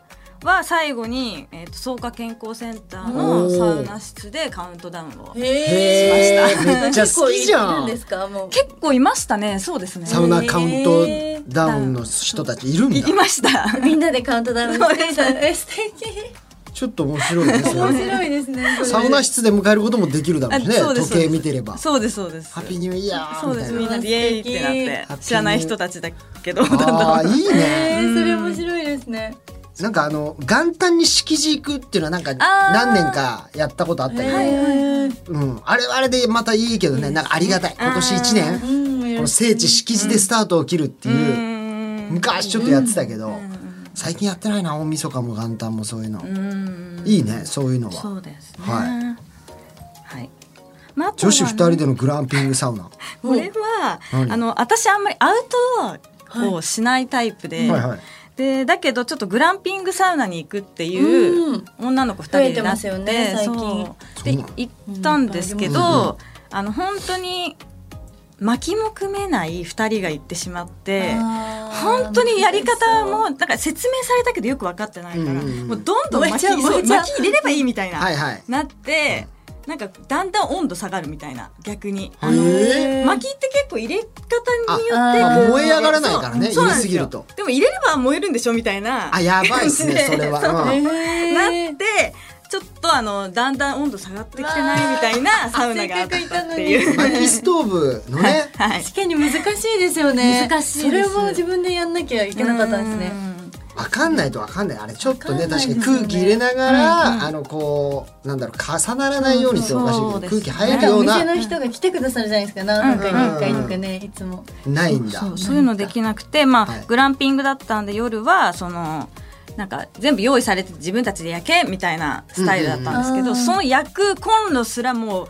D: は最後に、えー、と草加健康センター
B: お
D: の
B: ー
D: サウナ室でカウントダウンを
B: へーめっちゃ
C: 結
B: 好
C: 構
B: きじゃ
C: いるん
B: ん
C: ですかもう
D: 結構いましたねそうですね
B: サウナカウントダウンの人たちいるん
D: いい
B: だ
D: ました
C: みんなでカウントダウンしてたえ素敵
B: ちょっと面白いです
C: 面
B: ね
C: 白いですねこれ
B: サウナ室で迎えることもできるだろうしね
D: あそうです
B: 時計見てれば
D: そうですそうです
B: ハッピーニューイヤー
D: そ
B: み
D: うで
B: たい
D: す
B: な
D: みんなでイエーイってな
B: ハッ
D: っ
B: ピー
D: て知らない人たちだけどだん
B: あ
D: だ
B: あ
D: ん
B: い い ね
C: えーそれ面白いですね
B: なんかあの元旦に敷地行くっていうのはなんか何年かやったことあったり、
C: えー
B: うん、あれはあれでまたいいけどねなんかありがたい今年1年こ
C: うんよ
B: の
C: ろし
B: 聖地敷地でスタートを切るっていううん昔ちょっとやってたけど最近やってないな大晦日も元旦もそういうの
D: うん
B: いいねそういうの
D: そ
B: は
D: うですね
B: は
D: はいまああと
B: 女
D: は
B: 子2人でのグランピングサウナ
D: これは
B: 何
D: あの私あんまりアウトドアをしないタイプで、
B: はいはい
D: でだけどちょっとグランピングサウナに行くってい
C: う
D: う
C: ん
D: 女の子2人にな
C: 増えてま
D: って
C: すよね最近
D: そう
B: そうなの
D: で行ったんですけど、あの本当に巻きも組めない2人が行ってしまって。
C: あー
D: 本当にやり方もなんか説明されたけどよく分かってないから、
B: うんうんうん
D: もうどんどん巻き
C: 燃えちゃう
D: そう
C: 燃えちゃう
D: 巻き入れればいいみたいな、
B: はいはい
D: なってなんかだんだん温度下がるみたいな逆に
B: へー
D: 薪って結構入れ方によ
C: あ
D: って
C: あ
D: 空気
B: 燃え上がらないからね
D: そう
B: 入れすぎると
D: そうなんですよでも入れれば燃えるんでしょみたいな
B: あやばいっ すねそれは、うん
C: えー
D: なってちょっとあのだんだん温度下がってきてないみたいなサウナがあったっていう
B: 薪ストーブのね
D: はい
C: 確かに難しいですよね
D: 難しいです
C: それも自分でやんなきゃいけなかったんですね
B: 分かんないと分かんないあれちょっとね
C: わかんない
B: 確かに
C: ですよね
B: 空気入れながら、あのこうなんだろう重ならないようにっておかしいけ
D: そ
B: ど
D: うそう
B: 空気
C: な
B: 入
C: ん
B: る
C: か
B: よ
C: お
B: う
C: 店の
B: な
C: 人が来てくださるじゃないですか何分かに1回とかねいつも
B: ないんだ
D: そうそういうのできなくて、まあ
B: はい
D: グランピングだったんで夜はそのなんか全部用意されてて自分たちで焼けみたいなスタイルだったんですけど、
C: うんうん
D: その焼くコンロすらも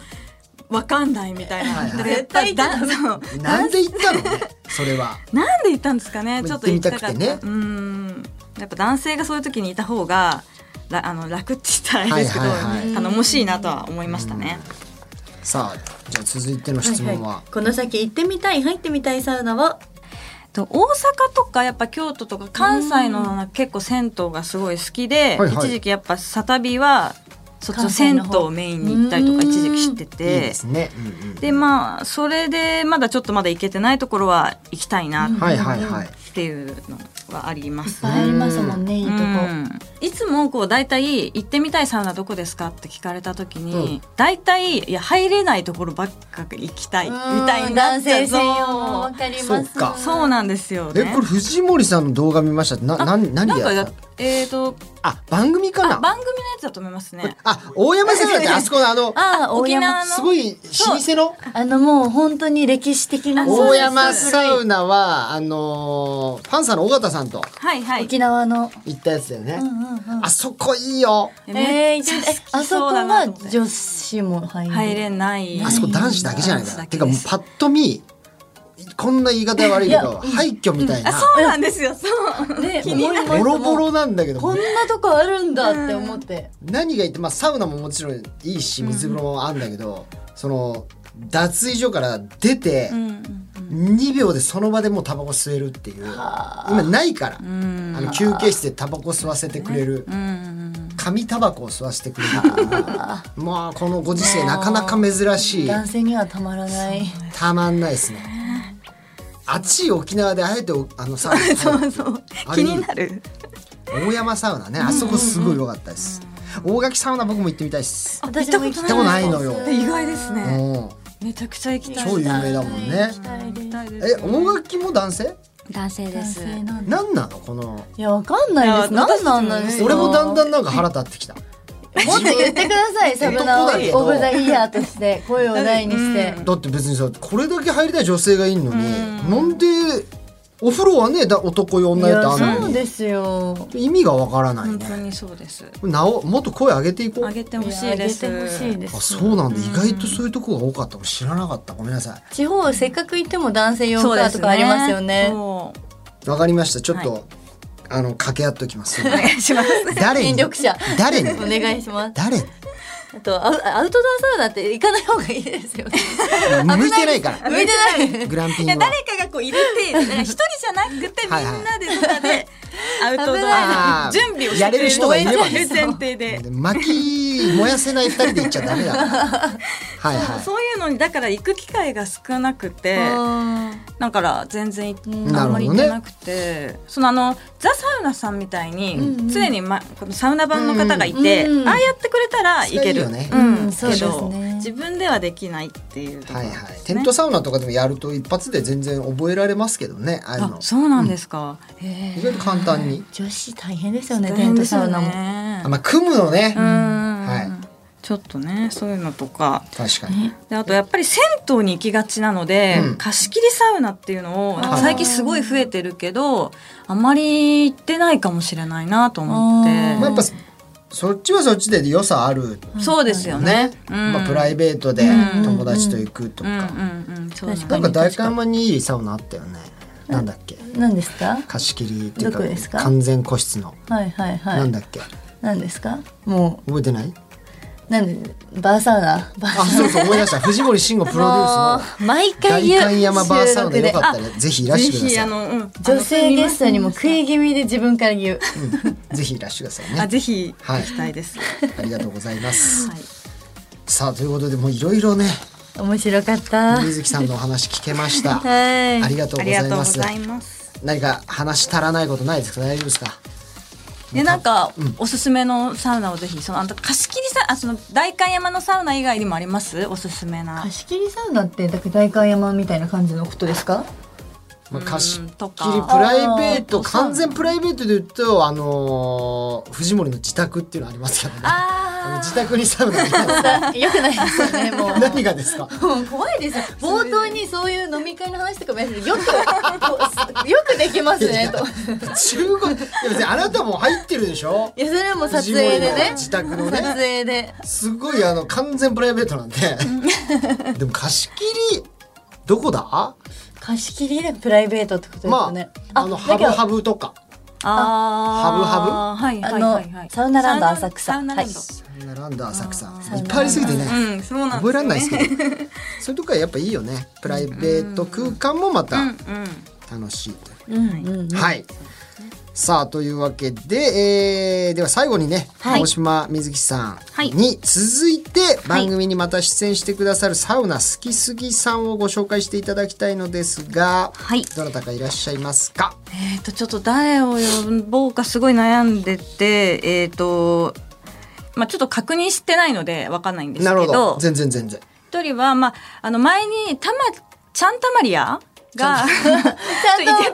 D: うわかんないみたいな。
B: はいはい
D: だからやっぱりだそう
B: なんで行った のねそれは
D: なんで行ったんですかねち
B: 行
D: ょ
B: っ
D: ってと
B: み
D: 行き
B: た
D: た
B: く
D: か
B: て
D: った、
B: ね
D: うんやっぱ男性がそういう時にいた方がらあの楽って言ったらあれですけど、
B: はいはい
D: 頼もしいなとは思いましたね。
B: さあじゃあ続いての質問は、
C: いい、この先行ってみたい入ってみたいサウナを
D: と大阪とかやっぱ京都とか関西の結構銭湯がすごい好きで、
B: はいはい
D: 一時期やっぱサタビはそっちの
C: 関西
D: 銭
C: の方
D: 湯をメインに行ったりと
C: う
D: か
C: ん
D: 一時期知って
B: いい
D: て
B: ですね、うんうん
D: でまあそれでまだちょっとまだ行けてないところは行きたいな
B: はいはいはい
D: っていうのはあります
C: あ
D: ね。
C: りますもんねいいとこ、
D: うんいつもこう大体行ってみたいサウナどこですかって聞かれた時
B: う
D: に、大体いや入れないところばっか行きたいみたいにな
C: 男
D: っちゃ
C: 性
D: うぞ
C: 専用もわかります
B: そうか
D: そうなんですよ
B: え
D: ね。
B: これ藤森さんの動画見ましたってなな何
D: なん
B: で
D: か
B: や
D: や
B: ったの
D: えっ、と
B: あ番組か
D: あ
B: な
D: 番組のやつだと思いますね。
B: あ大山さん だってあそこのあの
C: ああ大
D: 沖
C: 山
D: 縄の
B: すごい老舗の
C: あのもう本当に歴史的な
B: 大
C: そう
B: 山
C: です
B: サウナはあのーパンサーの尾形さんと
D: はいはい。
C: 沖縄の、
B: 行ったやつだよね、
C: うんうんうん
B: あそこいいよ
C: え
D: め
C: ー
D: っちゃ
C: えあ
D: 好き
C: そこ
D: そうだな
C: は
D: と思って
C: 女子も入る
D: 入れない。
B: あそこ男子だけじゃないか
D: 男
B: ら。
D: 子だ
B: て
D: け
B: かも
D: で
B: う
D: す
B: パッと見、こんな言い方悪いけど、廃墟みたいな
D: あ、、そうなんですよ。そう。
C: ね
D: 気にな
C: 思
B: ボ
C: いま
B: ロ
C: す
B: ボ
C: もう
B: ロなんだけど、
C: こんなとこあるんだって思って
B: 何が言って、まあサウナももちろんいいし、水風呂もあるんだけど、その、脱衣所から出て、
D: うん。
B: 2秒でその場でもうタバコ吸えるっていう、今ないから、あの休憩室でタバコ吸わせてくれる。紙タバコを吸わせてくれるっていうまあこのご時世なかなか珍しい
C: 男性にはたまらない
B: たまんないですね暑い沖縄であえておあのサウナ入る
D: そうそう。気になる。
B: 大山サウナねあそこすごい良かったです、大垣サウナ僕も行ってみたいです
C: 私も
B: 行ったことないのよ
C: 行きた
D: 意外です
B: う
D: ね。
B: ん
D: めちゃくちゃ行きたい。
B: 超有名だもんね
C: いです
B: え大垣も男性
D: 男性で
C: 男
D: す。
C: 性なんだ
B: 何なのこの
C: いやわかんないです
D: いや
C: 何なんなんですか
B: 俺もだんだんなんか腹立ってきた
C: もっと言ってください、サブナをオ
B: 男だけど
C: ブザイヤーとして、声を大にして。
B: だって別にさこれだけ入りたい女性がいるのになんでお風呂はねだ男用
C: い
B: 女用って
C: や、
B: あん
C: そ
B: の
C: う
B: に
C: ですよ。
B: 意味がわからない
D: 本当
B: ね
D: にそうです。
B: なおもっと声上げていこう
D: 上げてほしいです。
C: やあげてほしいで
B: あ
C: す。
B: そうなんだ意外とそういうとこが多かった知らなかったごめんなさい
C: 地方、せっかく行っても男性用
D: そ
C: カ
D: うで
C: ーと
D: す
C: かありますよね。
D: そう
B: わかりましたちょっと、
D: はい
B: あの掛け合っておき ます
D: お願いします。
B: 誰に
C: 権力者
B: 誰に
C: お願いします
B: 誰
C: あとアウアウトドアサウナって行かない方がいいです よね
B: 向いてないから
C: 向いてない
B: グランピン
D: い
B: グ
D: や
B: は
D: 誰かがこう入れてだから一人じゃなくてみ ん
B: はいはい
D: なでとかでアウトド
B: あー
D: ア準備をして
B: やれる人がいればね
D: る前提で。
B: 薪燃やせない二人で行っちゃ ダメだからはいはい
D: そういうのにだから行く機会が少なくてだから全然い
B: な
D: あ
B: るほどね
D: んまり行ってなくて、そのあのザ・サウナさんみたいに常に、まこのサウナ版の方がいて、
C: うんうん
D: ああやってくれたらい
B: それ
D: ける
B: いいよね
C: うんそうで
D: け
C: すね
D: ど自分ではできないっていうところ
B: はい
D: ですね、
B: はい、テントサウナとかでもやると一発で全然覚えられますけどねああいう
D: あ
B: の
D: そうなんですか、
B: 意外と簡単に、
C: 女子大変ですよ
D: 大
C: ねテ
D: 変
C: ント
D: です
C: サ
D: よ
C: ウナも
D: ね
B: あまあ組むのね、
D: うん
B: は
D: ちょっとねそういうのとか
B: 確かに、
D: であとやっぱり銭湯に行きがちなので、
B: うん
D: 貸し切りサウナっていうのをなんか最近すごい増えてるけどあまり行ってないかもしれないなと思って、
C: あー
B: まあ、やっぱそっちはそっちで良さある
D: そうですよ
B: よね、。
D: ねうん
B: まあ、プライベートで
D: うん
B: 友達と行くと
D: う
B: か、
D: んうんうん、そう
C: 確
B: な
C: か
B: んか代官山にいいサウナあったよね、なんだっけ
C: 何ですか
B: 貸し切りっていうか
C: どこですか
B: 完全個室の、
C: はいはいは
B: ないんだっけ
C: 何ですかも
B: 覚えてないう
C: なんでバーサウナバー
B: あそうそう思い出した藤森慎吾プロデュース
C: もう毎
B: の
C: 回
B: 代
C: 言う
B: 官山バーサウナよかっ
C: 収録
B: たらぜひいらしてくだ
D: ぜひあ
B: さ
D: の、うん、
C: で女性ゲストにも食い気味で自分から言
B: い、
C: う
B: うん ぜひいらしてください
D: あ
B: ね
D: ぜひ
B: はい
D: 行きたいです。
B: ありがとうございます
D: はい
B: さあということでもういろいろね
C: 面白かった
B: 水木さんのお話聞けました
C: はい
B: ありがとう
D: あ
B: ご
D: り
B: ざ
D: が
B: い
D: とうご
B: ます
D: ざいます。
B: 何か話足らないことないですか大丈夫ですか
D: でなんか、おすすめのサウナをぜひそのあの貸し切りさあその代官山のサウナ以外にもありますおすすめな。
C: 貸し切りサウナってだけ代官山みたいな感じのことですか
B: まあ、貸し切り
D: と
B: プ
D: か
B: ライベー
C: あ
B: ト
C: ー
B: 完全プライベートで言うとあのー藤森の自宅っていうのありますけどねあの自宅にサウナあります
C: よくないですよねもう
B: 何がですか
C: もう怖いですよ冒頭にそういう飲み会の話とかもやっててよ くよくできますねと
B: 中国いや別にあなたも入ってるでしょ
C: いやそれはもう撮影
B: 藤森
C: で
B: の
C: ね
B: 自宅の
C: 撮
B: ね
C: 影です
B: ごいあの完全プライベート なんででも貸し切りどこだ
C: 貸し切りでプライベートってことです
B: ま
C: よね、
B: ああのハ
C: だ
B: ブ
C: けど
B: ハブとか
D: あー
B: ハ
D: ハブハブ
C: あの
D: はいはいはいはい
C: サウナランド浅草
D: サウナランド
B: サウナランド浅草
C: サウナランド
B: いっぱいありすぎてね
D: うんそうなん
B: 覚えられないです
D: ね
B: けどそういうとこはやっぱいいよねプライベート空間もまた
D: うんうん
B: 楽しいという
C: うんうん
B: はい。さあというわけで、えーでは最後にね、
C: はい
B: 大島みずきさ
D: はい
B: んに続いて番組にまた出演してくださるサウナ好きすぎさんをご紹介していただきたいのですが、
D: はい
B: どなたかいらっしゃいますか
D: えっ、とちょっと誰を呼ぼうかすごい悩んでてえっ、とまあちょっと確認してないのでわかんないんです
B: なる
D: け
B: ほ
D: ど
B: ど全然全然
D: 一人はまああの前にたまちゃんたまりやが ちょっ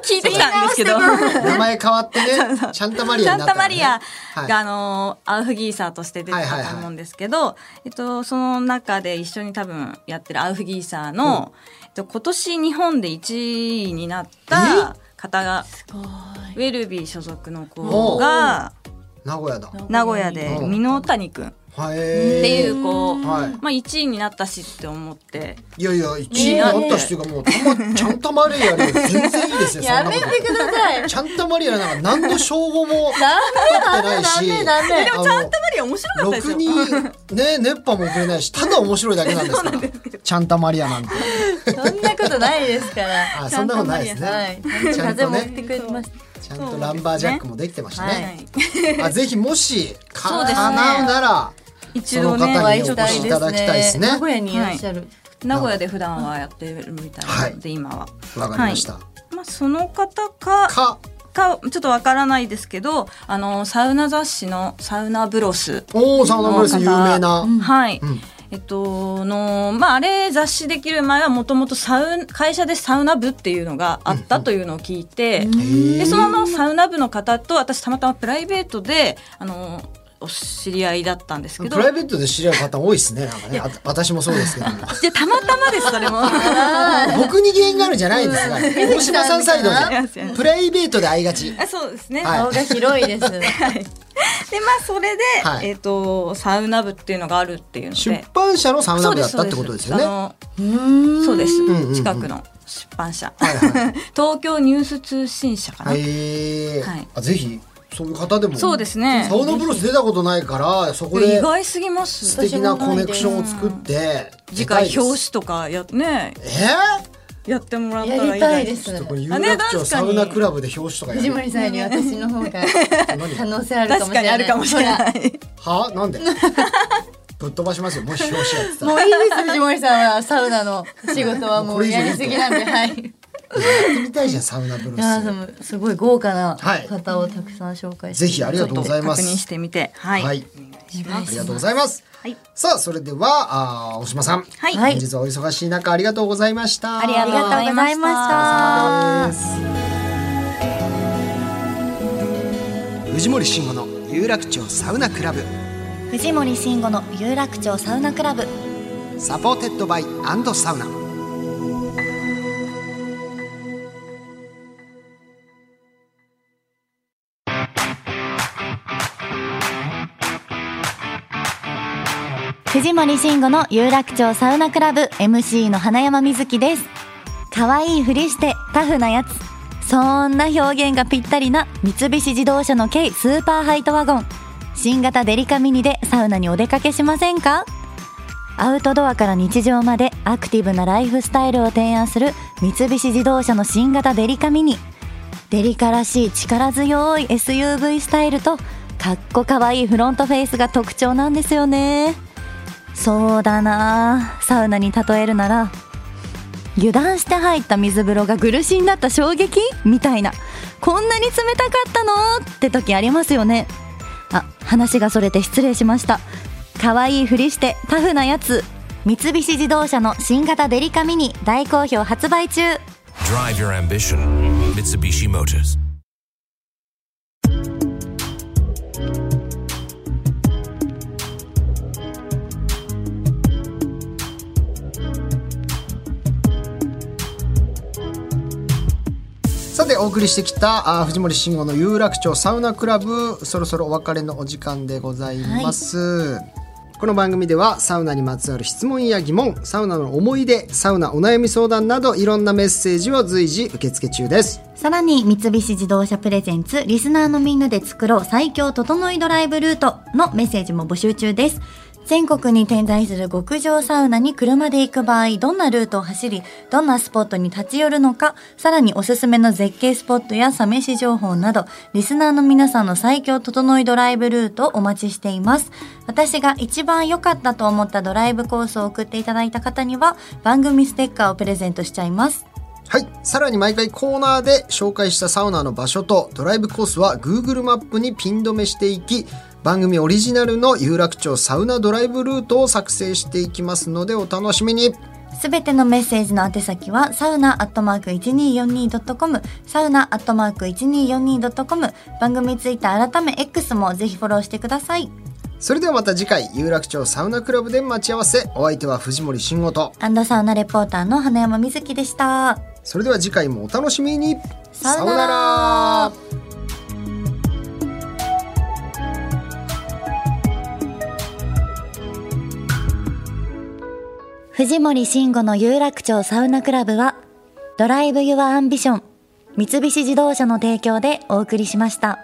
D: と聞いてきたんですけど。
B: 名前変わって ねちゃんたマリ
D: ち
B: ア
D: ゃん
B: になった
D: た
B: か
D: マ
B: らね、
D: リア
B: はい
D: があのアウフギーサーとして出てたと思うんですけど、えっとその中で一緒に多分やってるアウフギーサーの、えっと今年日本で1位になった方がウェルビー所属の子が
B: 名古屋だ
D: 名古屋で
B: うん
D: 美濃谷くんっ
B: はい
D: ていう子、
B: はい
D: まあ1位になったしって思って
B: いやいや一位になった人がもうたまちゃんたマリアより全然いいですよそん
C: や
B: な
C: め
B: こ
C: て
B: と
C: ください
B: ちゃんたマリアなんか何の称号も
C: ダメ
B: 取ってないし
C: ダメダメダメ
B: あの
D: マリア面白か
B: ろ
D: ったです
B: く
D: よ
B: にね熱波も送れないしただ面白いだけなんですからちゃんたマリアなんて
C: そんなことないですから
B: あそんなことないです
C: は
B: ね
C: いち
B: ち
C: ゃ
B: ゃ
C: ん
B: ん
C: と風
B: と
C: も送っ
B: ね
C: てくれてます
B: ちゃんとランバージャックもできてました
C: は
B: ね
C: い
B: あぜひもし
D: そう
B: か
D: ですね
B: 叶うなら
D: 一度ね
B: その
C: お
B: 方
C: 会い
B: に
C: し
B: お
C: た
B: 越
C: い
B: し
C: で
B: いただきたいですす
C: ね
B: ね
C: 名古屋にいらっしゃる
D: 名古屋で普段はやってるみたいなので、今は。
B: わかりました
D: まあ、その方か
B: か
D: かちょっとわからないですけどあのサウナ雑誌のサウナブロス
B: おおサウナブレス有名な
D: はい、
B: ん
D: えっとのまああれ雑誌できる前はもともとサウン会社でサウナ部っていうのがあったというのを聞いて、でそのサウナ部の方と私たまたまプライベートであのお知り合いだったんですけど
B: プライベートで知り合う方多いですねなんかねあ私もそうですけども
D: いやたまたまですそ れも
B: 僕に原因があるんじゃないですが大島さんサイドでプライベートで会いがち
D: あそうですね、
B: はい
C: 顔が広いです
D: でまあそれで、
B: はい
D: えっとサウナ部っていうのがあるっていうので
B: 出版社のサウナ部だったってことですよね
D: そうですそうです。あ
B: う
D: のそうです。
B: んうん
D: 近くの。出版社、
B: はいは
D: 東京ニュース通信社かな、
B: へえ
D: はい
B: あぜひそういう方でも
D: そうですね
B: サウナブロス出たことないからそこ
D: 意
B: で
D: 外すぎま
B: 素
D: す
B: 敵なコネクションを作って
D: 次回
B: 出たい
D: 表紙
B: です
D: とかやね
B: え
D: やってもらった
C: や
D: ら
C: り
D: い
C: たい
D: い
C: で
D: です
C: す
B: ーこれ有
D: あね
B: 楽
D: 確か
B: 町
D: に
B: サウナクラブで表紙とかや
C: 藤
B: る
C: 森さんより私の方が
B: 何
C: 可能性あるかも
D: 確
C: しれ
D: かに
C: ない
D: あるかもしれない
B: はあなんでぶっ飛ばしますよもし表紙やってた
C: も
B: ら
C: ういいです藤森さんはサウナの仕事はもうやりすぎなんではい
B: やってみたいじゃんサウナブロ
C: いやーで
B: ス
C: もすごい豪華な
B: はい
C: 方をたくさん紹介して、
B: ぜひありがとうございま
D: 確認し
B: す
D: てみてはい、
B: はい
D: お願いしま
B: あり
D: す
B: がとうございます
D: はい
B: さあそれではあー大島さん
D: はい、
C: はい
B: 本日はお忙しい中ありがとうございました
C: ありがとうございました
B: お疲れ様です藤森慎吾の有楽町サウナクラブ
E: 藤森慎吾の有楽町サウナクラブ
B: サポーテッドバイサウナ
E: 藤森慎吾の有楽町サウナクラブ MC の花山瑞希です可愛いふりしてタフなやつそんな表現がぴったりな三菱自動車の軽スーパーハイトワゴン新型デリカミニでサウナにお出かけしませんかアウトドアから日常までアクティブなライフスタイルを提案する三菱自動車の新型デリカミニデリカらしい力強い SUV スタイルとかっこかわいいフロントフェイスが特徴なんですよねそうだなあサウナに例えるなら油断して入った水風呂が苦しんだった衝撃みたいなこんなに冷たかったのって時ありますよねあ話がそれて失礼しました可愛いふりしてタフなやつ三菱自動車の新型デリカミニ大好評発売中
F: Drive your ambition. Mitsubishi Motors.
B: さてお送りしてきたあー藤森慎吾の有楽町サウナクラブそろそろお別れのお時間でございます、この番組ではサウナにまつわる質問や疑問サウナの思い出サウナお悩み相談などいろんなメッセージを随時受付中です
E: さらに三菱自動車プレゼンツリスナーのみんなで作ろう最強整いドライブルートのメッセージも募集中です。全国に点在する極上サウナに車で行く場合、どんなルートを走り、どんなスポットに立ち寄るのか、さらにおすすめの絶景スポットやサメシ情報など、リスナーの皆さんの最強整いドライブルートをお待ちしています。私が一番良かったと思ったドライブコースを送っていただいた方には、番組ステッカーをプレゼントしちゃいます。
B: はい。さらに毎回コーナーで紹介したサウナの場所とドライブコースは Google マップにピン止めしていき、番組オリジナルの有楽町サウナドライブルートを作成していきますのでお楽しみに。
E: すべてのメッセージの宛先は、サウナアットマーク 1242.com、サウナアットマーク 1242.com、番組ツイッター改め X もぜひフォローしてください。
B: それではまた次回、有楽町サウナクラブで待ち合わせ。お相手は藤森慎吾と。
E: アンドサウナレポーターの花山瑞希でした。
B: それでは次回もお楽しみに。
E: さようなら
B: ら。
E: 藤森慎吾の有楽町サウナクラブは、ドライブ・ユア・アンビション、三菱自動車の提供でお送りしました。